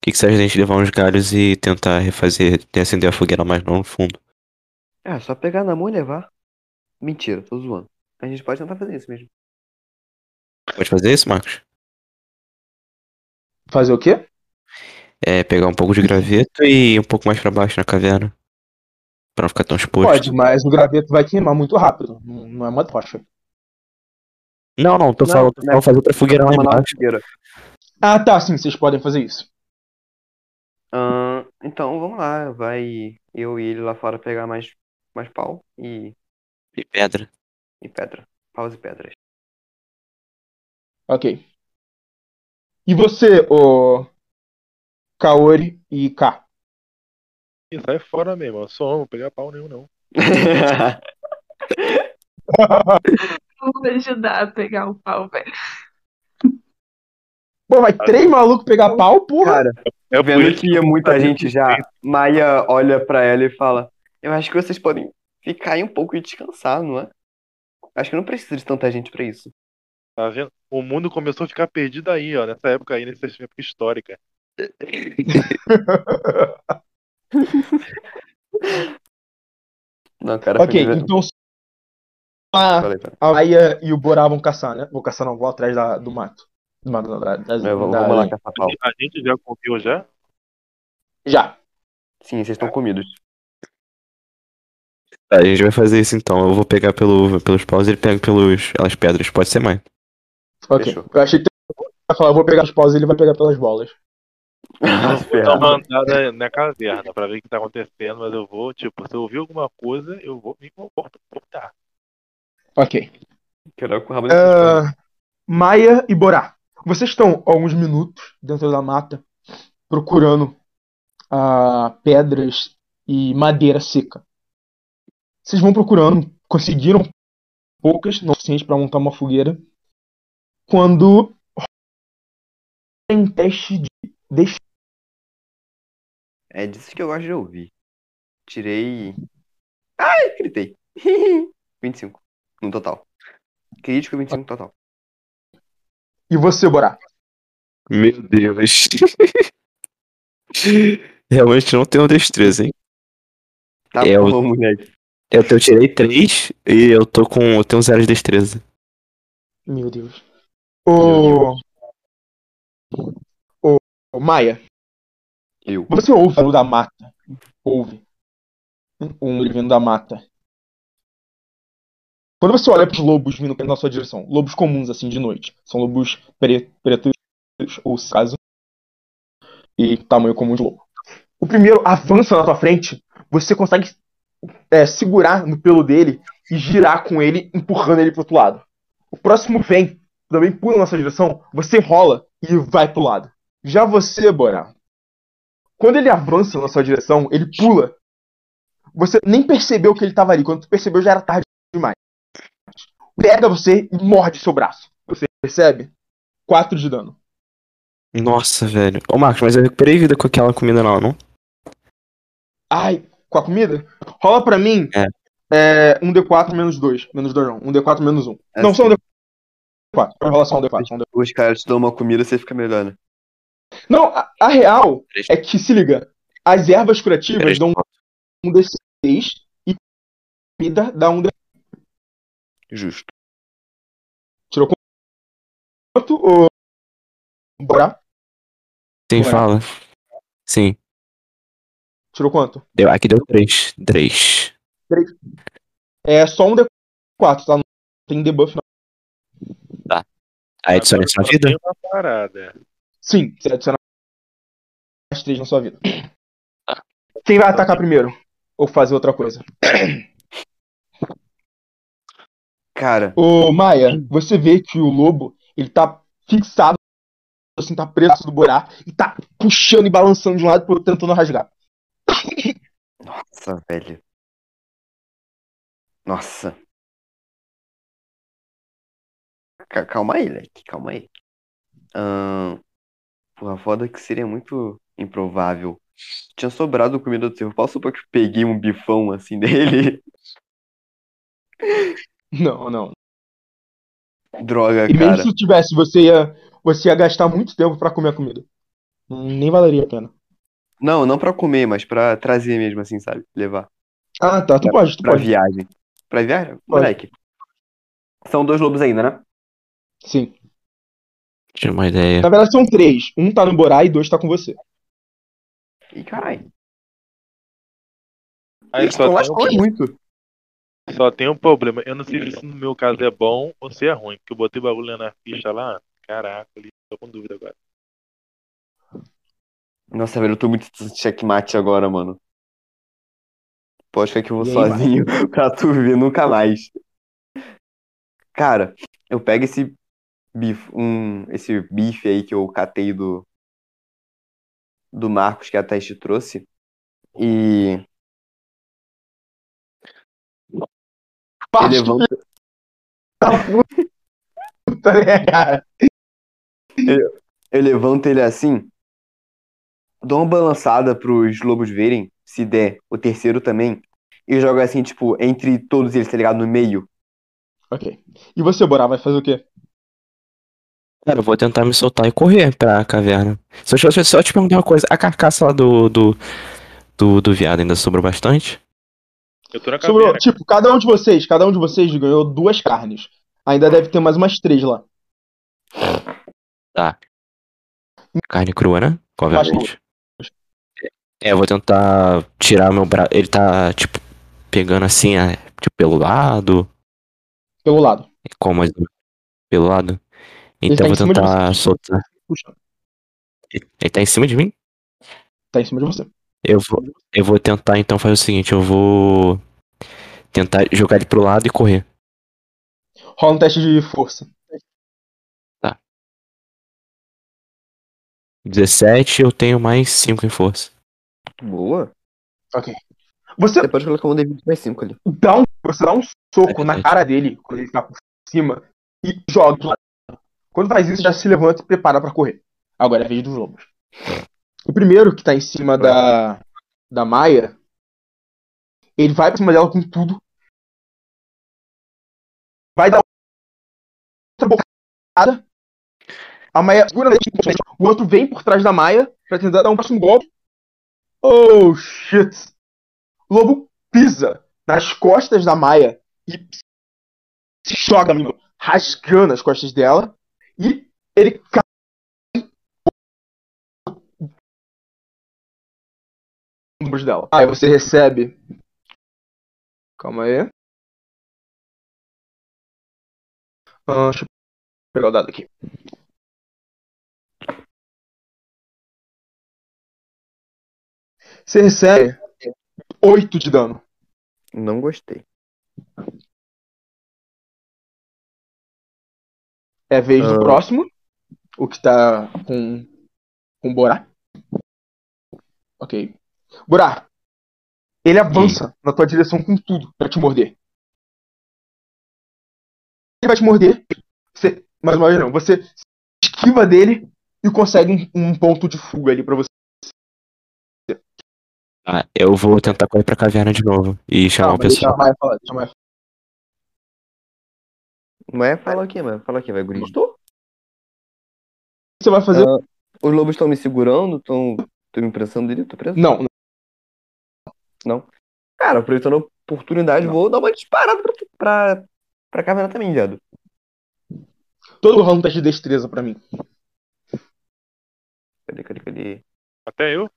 S7: que, que você acha da gente levar uns galhos e tentar refazer, acender a fogueira mais lá no fundo?
S5: É, só pegar na mão e levar. Mentira, tô zoando. A gente pode tentar fazer isso mesmo.
S7: Pode fazer isso, Marcos?
S6: Fazer o quê?
S7: É, pegar um pouco de graveto e ir um pouco mais pra baixo na caverna. Pra não ficar tão exposto.
S6: Pode, mas o graveto vai queimar muito rápido. Não não é uma tocha.
S7: Não, não, tô
S5: Não,
S7: falando,
S5: né?
S7: vamos fazer outra fogueira lá
S5: Vamos lá,
S7: embaixo.
S5: fogueira.
S6: Ah, tá, sim, vocês podem fazer isso.
S5: Ahn, então vamos lá, vai eu e ele lá fora pegar mais, mais pau e,
S7: E pedra.
S5: e pedra. Paus e pedras.
S6: Ok. E você, o Kaori e K?
S9: Ih, sai fora mesmo. Eu só não vou pegar pau nenhum, não.
S2: eu vou ajudar a pegar o pau, velho.
S6: Pô, vai três malucos pegar pau, porra.
S5: Cara,
S9: É por
S5: vendo
S9: isso
S5: que muita
S9: eu-
S5: gente já, Maia olha pra ela e fala: Eu acho que vocês podem ficar aí um pouco e descansar, não é? Acho que não precisa de tanta gente pra isso.
S9: Tá vendo? O mundo começou a ficar perdido aí, ó, nessa época aí, nessa época histórica.
S5: Não, cara, foi
S6: ok,
S5: de-
S6: então tá. a,
S5: Falei, falei.
S6: a Maia e o Borá vão caçar, né? Vou caçar, não, vou atrás da- do mato. Do mato, não, da- da-
S5: É, Vamos
S6: da-
S5: vamos lá, caçar pau.
S9: A gente já comeu já?
S6: Já.
S5: Sim, vocês estão comidos.
S7: Tá, a gente vai fazer isso então. Eu vou pegar pelo, pelos paus e ele pega pelos, pelas pedras. Pode ser mais.
S6: Ok.
S5: Fechou.
S6: Eu achei que ele ia falar, eu vou pegar os paus e ele vai pegar pelas bolas.
S9: Vou dar uma andada Então, na caverna pra ver o que tá acontecendo, mas eu vou, tipo, se eu ouvir alguma coisa, eu vou me comportar.
S6: Ok.
S5: Caraca, o rabo
S6: Ah, Maia e Borá. Vocês estão alguns minutos dentro da mata procurando ah, pedras e madeira seca. Vocês vão procurando, conseguiram poucas, não o suficiente para montar uma fogueira. Quando tem um teste de def-
S5: É disso que eu gosto de ouvir. Tirei. Ai, gritei. 25 no total. Crítico 25 no total.
S6: e você, Borá?
S7: Meu Deus. Realmente não tenho destreza, hein?
S5: Tá
S7: É, eu-
S5: bom, moleque.
S7: Eu, eu tirei três e eu tô com. Eu tenho zero de destreza.
S6: Meu Deus. Ô, ô, ô, Maia,
S5: Eu.
S6: Você ouve barulho da mata? Ouve. Um barulho vindo da mata. Quando você olha pros lobos vindo na sua direção, lobos comuns, assim, de noite. São lobos pre- pretos, ou se caso, e tamanho comum de lobo. O primeiro avança na tua frente, você consegue é, segurar no pelo dele e girar com ele, empurrando ele pro outro lado. O próximo vem, também pula na sua direção, você rola e vai pro lado. Já você, Borá, quando ele avança na sua direção, ele pula. Você nem percebeu que ele estava ali. Quando tu percebeu, já era tarde demais. Pega você e morde seu braço. Você percebe? 4 de dano.
S7: Nossa, velho. Ô, Marcos, mas eu recuperei vida com aquela comida lá, não?
S6: Ai, com a comida? Rola pra mim
S7: É.
S6: é, um D4 menos 2. Menos 2 não. Um D4 menos 1.
S5: É
S6: não, só um
S5: assim.
S6: D4. Vai rolar só um D4. Só um D4.
S5: Os caras te dão uma comida, você fica melhor, né?
S6: Não, a, a real
S7: Três.
S6: é que, se liga, as ervas curativas
S7: Três.
S6: dão um D6 e comida dá um D4.
S5: Justo.
S6: Quanto, ô... Bora?
S7: Sim,
S6: Ué.
S7: fala. Sim.
S6: Tirou quanto?
S7: Deu, aqui deu três. Três.
S6: É só um D4, tá? Não tem debuff, não.
S7: Aí adiciona
S9: Agora
S7: isso na
S9: só
S7: vida?
S9: tem uma parada.
S6: Sim, você adiciona mais 3 na sua vida.
S7: Tá.
S6: Quem vai atacar primeiro? Ou fazer outra coisa?
S5: Cara,
S6: Ô, Maia, você vê que o lobo, ele tá fixado, assim, tá preso do borá e tá puxando e balançando de um lado pro outro, tentando rasgar.
S5: nossa, velho. Nossa. Ca- calma aí, leque. Calma aí. Ahn, porra, foda que seria muito improvável. Tinha sobrado comida do seu. Posso supor que eu peguei um bifão assim dele?
S6: Não, não. né,
S5: Droga,
S6: E mesmo
S5: cara.
S6: se tivesse, você ia, você ia gastar muito tempo pra comer a comida. Hum, Nem valeria a pena.
S5: Não, não pra comer, mas pra trazer mesmo, assim, sabe? Levar.
S6: Ah, tá, tu pode, tu
S5: Pra
S6: pode.
S5: viagem. Pra viagem? Moleque. São dois lobos ainda, né?
S6: Sim.
S7: Tinha uma ideia.
S6: Na verdade são três. Um tá no Borá e dois tá com você.
S5: Ih, caralho.
S9: Aí
S5: Eles estão
S9: só tem,
S5: lascando muito.
S9: um, só tem um problema. Eu não sei se no meu caso é bom ou se é ruim, porque eu botei o bagulho na ficha lá. Caraca, ali, tô com dúvida agora.
S5: Nossa, velho, eu tô muito checkmate agora, mano. Pode ficar que eu vou
S6: E aí,
S5: sozinho pra tu ver nunca mais. Cara, eu pego esse bife, um, esse bife aí que eu catei do do Marcos que a Thaís te trouxe e eu levanto,
S6: Puta, né, cara?
S5: eu levanto ele assim, dou uma balançada pros lobos verem, se der o terceiro também, e jogo assim, tipo, entre todos eles, tá ligado? No meio.
S6: Ok. E você, Borá, vai fazer o quê?
S7: Cara, eu vou tentar me soltar e correr pra caverna. Só, só, só- só te perguntar uma coisa. A carcaça lá do. do. do, do viado ainda sobrou bastante?
S9: Eu tô na
S6: Sobrou,
S9: caverna.
S6: tipo, cada um de vocês, cada um de vocês ganhou duas carnes. Ainda deve ter mais umas três lá. Tá.
S7: Carne crua, né? Obviamente. É, eu vou tentar tirar meu braço. Ele tá, tipo, pegando assim, é, tipo, pelo lado.
S6: Pelo lado.
S7: É Como mais ou menos? Pelo lado.
S6: Ele tá
S7: Então eu
S6: em
S7: vou
S6: cima de
S7: tentar soltar.
S6: Puxa.
S7: Ele tá em cima de mim?
S6: Tá em cima de você.
S7: Eu vou, eu vou tentar então fazer o seguinte, eu vou tentar jogar ele pro lado e correr.
S6: Rola um teste de força.
S7: 17, eu tenho mais 5 em força.
S5: Boa.
S6: Você
S5: Você pode colocar um D20 mais 5 ali.
S6: dá um, você dá um soco
S7: É
S6: na
S7: verdade.
S6: cara dele quando ele tá por cima e joga do lado. Quando faz isso, já se levanta e prepara pra correr. Agora é a vez dos lobos. O primeiro que tá em cima da, da Maia, ele vai pra cima dela com tudo. Vai dar outra bocada. A Maia segura nele, o outro vem por trás da Maia pra tentar dar um próximo golpe. Oh shit! Lobo pisa nas costas da Maia e se joga, menino, rasgando as costas dela. E ele cai. ombros dela. Aí você recebe. Calma aí. Ah, deixa eu pegar o dado aqui. Você recebe 8 de dano.
S5: Não gostei.
S6: É a vez do
S5: Ah.
S6: próximo. O que tá com. Com o Borá. Ok. Borá. Ele avança na tua direção com tudo pra te morder. Ele vai te morder. Você, mais uma vez não. Você se esquiva dele e consegue um, um ponto de fuga ali pra você.
S7: Ah, eu vou tentar correr pra caverna de novo e chamar o
S6: Calma, deixa
S7: pessoal.
S6: a Maia falar, deixa a Maia falar.
S5: Mas é, fala aqui, mano. Fala aqui, vai, guri.
S6: Você vai fazer.
S5: Ah, os lobos estão me segurando, estão me prensando dele, tô preso.
S6: Não, não.
S5: Cara, aproveitando a oportunidade, vou dar uma disparada pra, pra, pra caverna também, viado.
S6: Todo mundo rola um teste de destreza pra mim.
S5: Cadê, cadê, cadê?
S9: Até eu?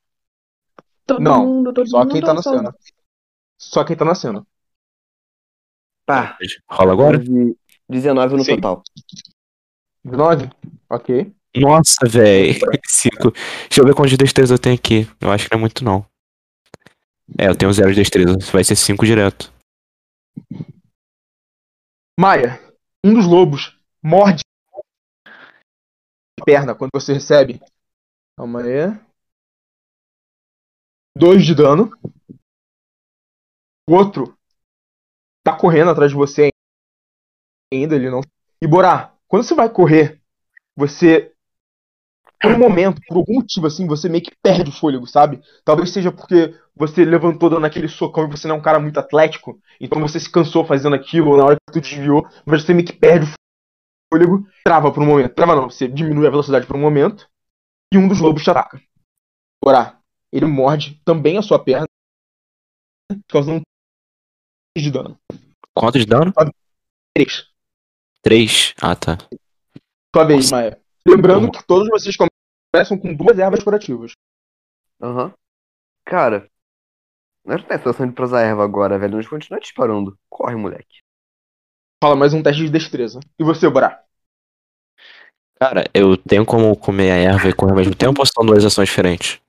S2: Todo
S6: Não,
S2: mundo, todo
S6: Só
S2: mundo. é
S6: quem tá na
S2: só- um.
S6: cena. Só quem tá na cena.
S5: Pá,
S7: Rola agora?
S5: de 19 no
S6: Sim.
S5: total.
S6: 19? Ok.
S7: Nossa, véi. 5. Deixa eu ver quantos de destreza eu tenho aqui. Eu acho que não é muito, não. É, eu tenho 0 de destreza. Vai ser 5 direto.
S6: Maia, um dos lobos morde a perna quando você recebe. Calma aí. Dois de dano. O outro tá correndo atrás de você ainda, ele não. E Borá, quando você vai correr, você. Por um momento, por algum motivo assim, você meio que perde o fôlego, sabe? Talvez seja porque você levantou dando aquele socão e você não é um cara muito atlético, então você se cansou fazendo aquilo, ou na hora que tu desviou, mas você meio que perde o fôlego, trava por um momento. Trava não, você diminui a velocidade por um momento, e um dos lobos te ataca. Ora, ele morde também a sua perna, causando 3 um de dano.
S7: Quanto de dano?
S6: 3.
S7: 3. Ah, tá.
S6: Sua vez,
S7: Nossa.
S6: Maia. Lembrando que todos vocês começam com duas ervas curativas.
S5: Aham. Cara, não tá em situação de pra usar erva agora, velho. Mas continua disparando. Corre, moleque.
S6: Fala mais um teste de destreza. E você, Borá?
S7: Cara, eu tenho como comer a erva e correr ao mesmo tempo ou são duas ações diferentes?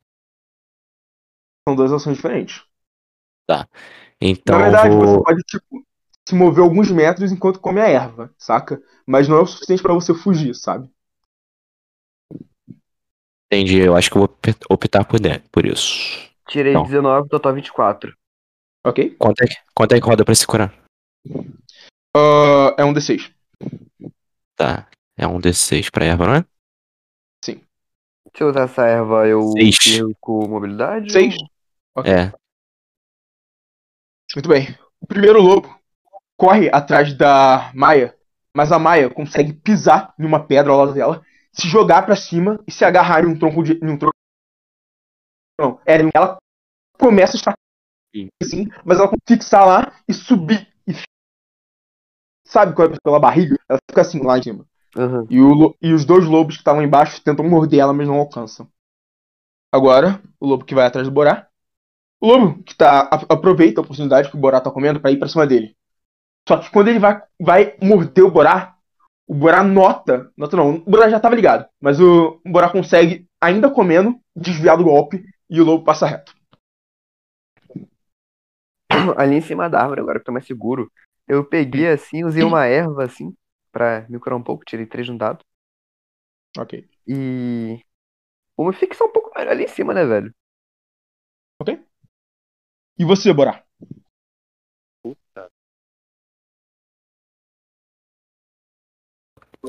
S6: São duas ações diferentes.
S7: Então
S6: Na
S7: eu
S6: verdade,
S7: vou.
S6: você pode, tipo, se mover alguns metros enquanto come a erva, saca? Mas não é o suficiente pra você fugir, sabe?
S7: Entendi, eu acho que eu vou pe- optar por, de- por isso.
S5: Tirei
S7: Não.
S5: 19, total 24.
S6: Ok?
S7: Quanto é, que- quanto é que roda pra se curar?
S6: Ah, é um D6.
S7: Tá, é um D6 pra erva, não é?
S5: Se eu usar essa erva, eu
S7: Seis.
S5: perco mobilidade?
S6: Seis?
S7: É.
S6: Muito bem. O primeiro lobo corre atrás da Maia, mas a Maia consegue pisar em uma pedra ao lado dela, se jogar pra cima e se agarrar em um tronco de. Em um tronco... Não, é, em- ela começa a estar
S7: Sim.
S6: assim, mas ela consegue fixar lá e subir. E... Sabe qual é pela barriga? Ela fica assim lá em cima.
S5: Aham.
S6: E, o lo- e os dois lobos que estavam embaixo tentam morder ela, mas não alcançam. Agora, o lobo que vai atrás do Borá. O lobo, que tá, a- aproveita a oportunidade que o Borá tá comendo pra ir pra cima dele. Só que quando ele vai, vai morder o Borá, o Borá nota. Nota não, o Borá já tava ligado. Mas o, o Borá consegue, ainda comendo, desviar do golpe e o lobo passa reto.
S5: ali em cima da árvore, agora que eu tô mais seguro. Eu peguei assim, usei uma erva assim, pra me curar um pouco, tirei três de um dado.
S6: Ok.
S5: E. Uma ficção um pouco melhor ali em cima, né, velho?
S6: E você, Borá?
S9: Puta.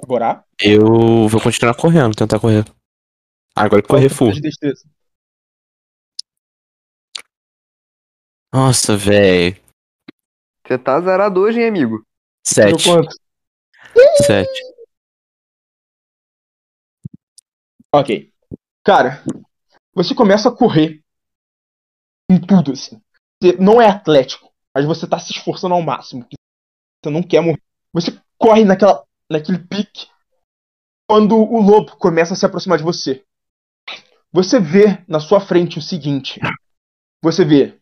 S6: Borá?
S7: Eu vou continuar correndo, tentar correr. Agora que
S6: qual
S7: correr
S6: a sua
S7: full.
S6: de destreza?
S7: Nossa, véi.
S5: Você tá zerado hoje, hein, amigo?
S6: Deu
S7: Sete.
S6: quanto?
S7: Sete.
S6: Ok. Cara, você começa a correr em tudo, assim. Você não é atlético, mas você tá se esforçando ao máximo. Você não quer morrer. Você corre naquela, naquele pique quando o lobo começa a se aproximar de você. Você vê na sua frente o seguinte: você vê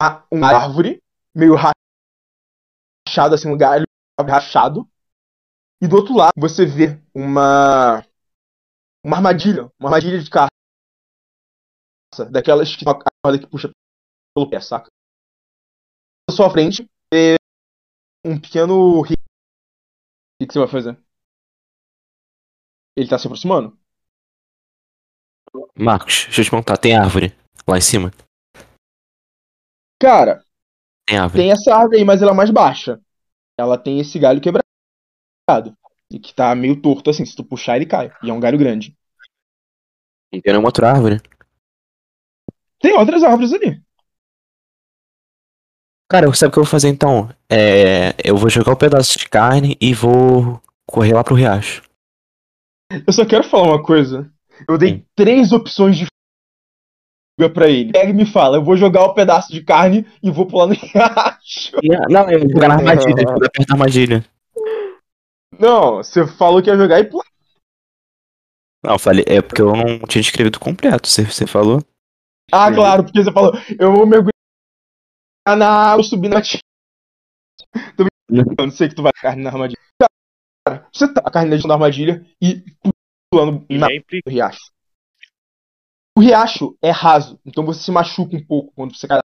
S6: a- uma árvore meio rachada, assim, um galho rachado. E do outro lado você vê uma uma armadilha, uma armadilha de caça, daquelas que uma corda que puxa pelo pé, saca? Na sua frente é um pequeno rio. O que que você vai fazer? Ele tá se aproximando?
S7: Marcos, deixa eu te perguntar. Tem árvore lá em cima?
S6: Cara,
S7: Tem árvore.
S6: tem essa árvore aí, mas ela é mais baixa. Ela tem esse galho quebrado. E que tá meio torto assim, se tu puxar ele cai. E é um galho grande.
S7: Não tem nenhuma outra árvore?
S6: Tem outras árvores ali.
S7: Cara, sabe o que eu vou fazer então? É, eu vou jogar um pedaço de carne e vou correr lá pro riacho.
S6: Eu só quero falar uma coisa. Eu dei
S7: Sim.
S6: três opções de fuga pra ele. Pega e me fala, eu vou jogar o pedaço de carne e vou pular no riacho.
S7: Não, não, eu vou jogar na armadilha, eu vou jogar perto da armadilha.
S6: Não, você falou que ia jogar e pular.
S7: Não, eu falei, é porque eu não tinha escrevido completo, você, você falou?
S6: Ah,
S5: Sim.
S6: claro, porque você falou, eu vou mergulhar na água, subir na ti- Tô brincando, eu não sei que tu vai carne na armadilha. Cara, você tá a carne na armadilha e pulando
S9: E
S6: na
S9: é impli-
S6: do riacho. O riacho é raso, então você se machuca um pouco quando você cai.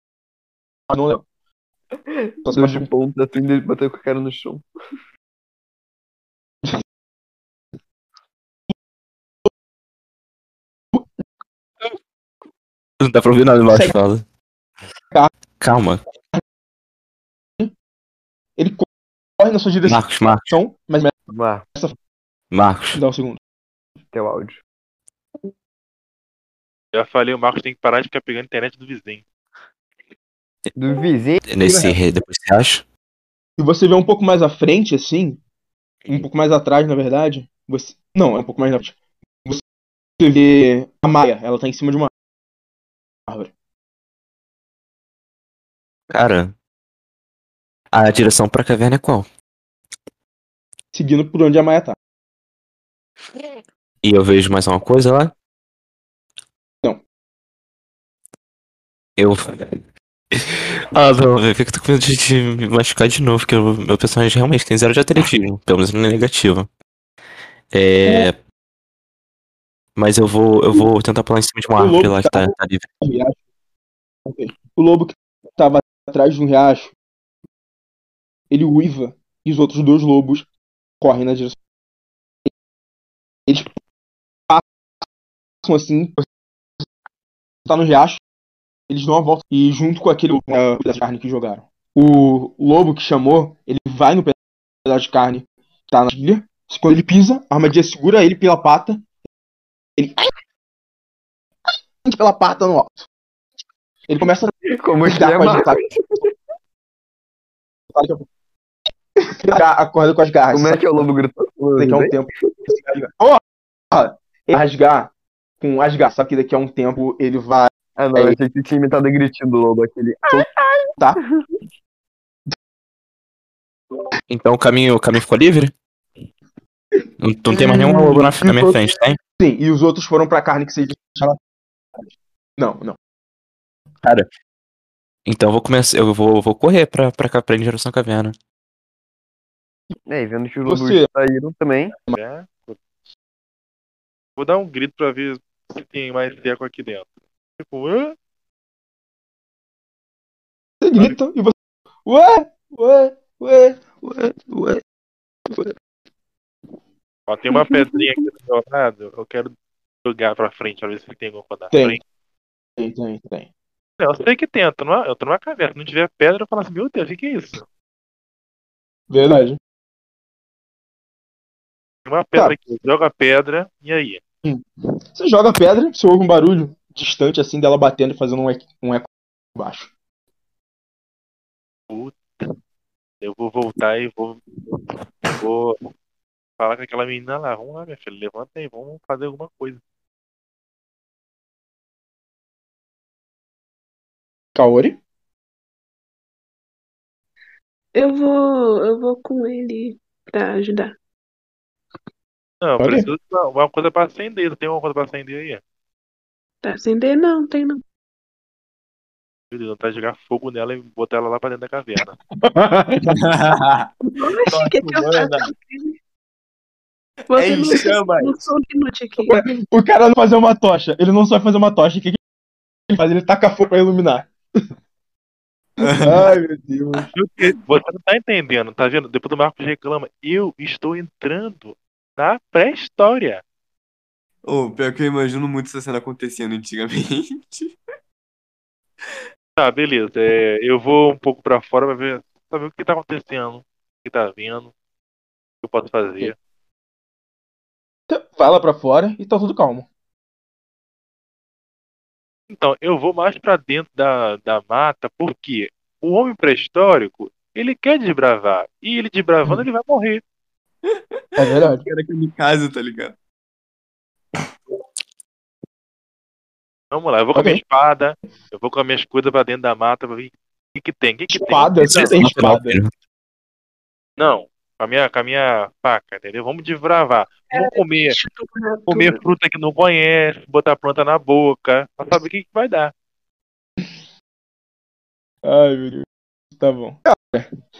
S6: Ah, Não, não. Só se
S5: Dois de
S6: machuca.
S5: ponta, tu ainda bateu com a cara no chão.
S7: Não dá pra ouvir nada embaixo,
S6: Sei.
S7: fala.
S6: Tá.
S7: Calma,
S6: Ele corre na sua direção,
S7: Marcos, Marcos,
S6: mas me
S5: Vá,
S7: Marcos.
S6: dá um segundo.
S5: teu áudio.
S9: Já falei, o Marcos tem que parar de ficar pegando a internet do vizinho.
S5: Do vizinho.
S7: Nesse, re- depois do riacho.
S6: E você vê um pouco mais à frente, assim, um pouco mais atrás, na verdade. Você... Não, é um pouco mais na frente. Você vê a Maia, ela tá em cima de uma árvore.
S7: Cara, a direção pra caverna é qual?
S6: Seguindo por onde a Maia tá.
S7: E eu vejo mais uma coisa lá?
S6: Não.
S7: Eu. Ah, não, velho, fica com medo de- de me machucar de novo, porque o meu personagem realmente tem zero de atletismo, pelo menos não é negativo. É. Mas eu vou, eu vou tentar pular em cima de uma
S6: O
S7: árvore
S6: lobo
S7: lá que tá,
S6: tá-
S7: tá livre.
S6: O riacho. Ok. O lobo que tava atrás de um riacho, ele uiva e os outros dois lobos correm na direção. Eles passam assim, você tá no riacho, eles dão a volta e junto com aquele eh, pedaço de carne que jogaram. O lobo que chamou, ele vai no pedaço de carne que tá na armadilha. Quando ele pisa, a armadilha segura ele pela pata. Ele pela pata no alto. Ele começa a
S5: Como que
S6: Dá
S5: é,
S6: com as
S5: Marcos?
S6: Tá, acorda com as garras.
S5: Como é que é o lobo
S6: Daqui a
S5: gritando?
S6: um tempo. ele vai rasgar. Ó, ó, ele vai rasgar com as garras. Só que daqui a um tempo ele vai.
S5: Ah, não, eu achei que tu tinha imitado o gritinho do lobo, aquele.
S7: Então o caminho, o caminho ficou livre? Não, não tem mais nenhum lobo na, na minha frente, tá? tem?
S6: Sim, e os outros foram pra carne que vocês deixaram atrás. Não, não.
S7: Cara, então eu vou começar. Eu vou, vou correr pra, pra, cá, pra Geração Caverna.
S5: E aí, vendo que os
S6: Você-
S5: lobos saíram também.
S9: né? Vou dar um grito pra ver se tem mais teco aqui dentro. Tipo, hã?
S6: Você grita e você. Ué, ué, ué, ué, ué.
S9: Ó, tem uma pedrinha aqui do meu lado, eu quero jogar pra frente pra ver se tem alguma coisa na
S6: Tem.
S9: frente.
S6: Tem, tem, tem.
S9: Não, eu sei que tem, eu tô numa, eu tô numa caverna. Se não tiver pedra, eu falo assim, meu Deus, o que, que é isso?
S6: Verdade.
S9: Tem uma pedra
S6: Tá.
S9: aqui, joga a pedra, e aí?
S6: Você joga a pedra, você ouve um barulho distante assim dela batendo e fazendo um eco, um eco baixo.
S9: Eu vou voltar e vou. Vou falar com aquela menina lá. Vamos lá, minha filha, levanta aí, vamos fazer alguma coisa.
S6: Kaori?
S2: Eu vou, eu vou com ele pra ajudar.
S9: Não, eu
S6: Olha.
S9: preciso de uma, uma coisa pra acender. Não tem uma coisa pra acender aí?
S2: Pra acender? Não, tem não.
S9: Meu Deus, vontade de jogar fogo nela e botar ela lá pra dentro da caverna.
S2: Oxe, o que que eu faço? Você
S8: É
S2: não-
S8: isso, chama.
S2: não sou inútil aqui.
S6: o cara não fazer uma tocha. Ele não sabe fazer uma tocha. O que, que ele faz? Ele taca fogo pra iluminar. Ai, meu Deus.
S9: Você não tá entendendo, tá vendo? Depois o Marcos reclama. Eu estou entrando na pré-história.
S8: Ô, pior que eu imagino muito essa cena acontecendo antigamente.
S9: Tá, beleza. É, eu vou um pouco pra fora pra ver, pra ver o que tá acontecendo, o que tá vindo, o que eu posso fazer.
S6: Então, vai lá pra fora e tá tudo calmo.
S9: Então, eu vou mais pra dentro da, da mata, porque o homem pré-histórico, ele quer desbravar. E ele desbravando,
S6: Hum.
S9: ele vai morrer.
S6: É verdade.
S8: Era kamikaze, tá ligado?
S9: Vamos lá, eu vou com a
S6: Ok.
S9: minha espada, eu vou com as minhas coisas pra dentro da mata pra ver o que, que tem, o que, que tem.
S6: Espada? Você tem espada?
S9: Não, com a minha, com a minha faca, entendeu? Vamos desbravar. Vamos comer,
S2: Deixa eu procurar
S9: comer
S2: tudo.
S9: fruta que não conhece, botar planta na boca, pra saber o que, que vai dar.
S6: Ai, meu Deus. Tá bom. Cara,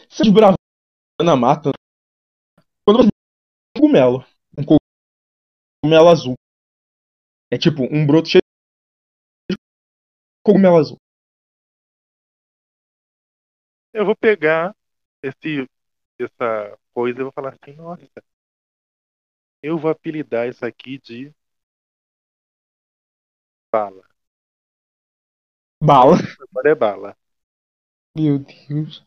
S6: você desbravou na mata. Quando você um cogumelo. Um cogumelo azul. É tipo um broto cheio de cogumelo azul.
S9: Eu vou pegar esse, essa coisa e vou falar assim, nossa, eu vou apelidar isso aqui de bala.
S6: Bala.
S9: Agora é bala.
S6: Meu Deus.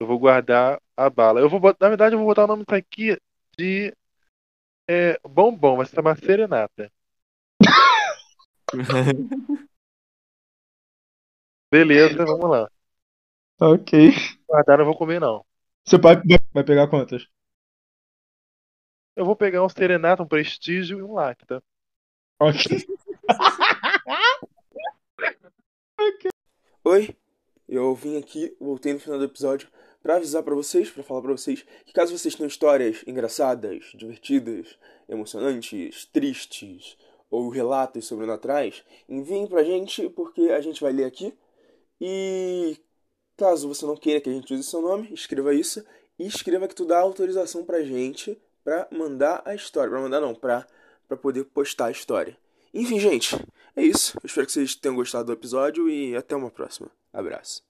S9: Eu vou guardar a bala. Eu vou botar, na verdade, eu vou botar o nome disso aqui de é, bombom, vai se chamar serenata. Beleza, vamos lá.
S6: Ok.
S9: Guardar não vou comer, não.
S6: Você vai, vai- vai pegar quantas?
S9: Eu vou pegar um serenata, um prestígio e um lacta.
S6: Ok.
S1: Oi, eu vim aqui, voltei no final do episódio pra avisar pra vocês, pra falar pra vocês que caso vocês tenham histórias engraçadas, divertidas, emocionantes, tristes ou relatos sobrenaturais, enviem pra gente porque a gente vai ler aqui. E caso você não queira que a gente use seu nome, escreva isso e escreva que tu dá autorização pra gente pra mandar a história, pra mandar não, pra para poder postar a história. Enfim, gente, é isso. Eu espero que vocês tenham gostado do episódio e até uma próxima. Abraço.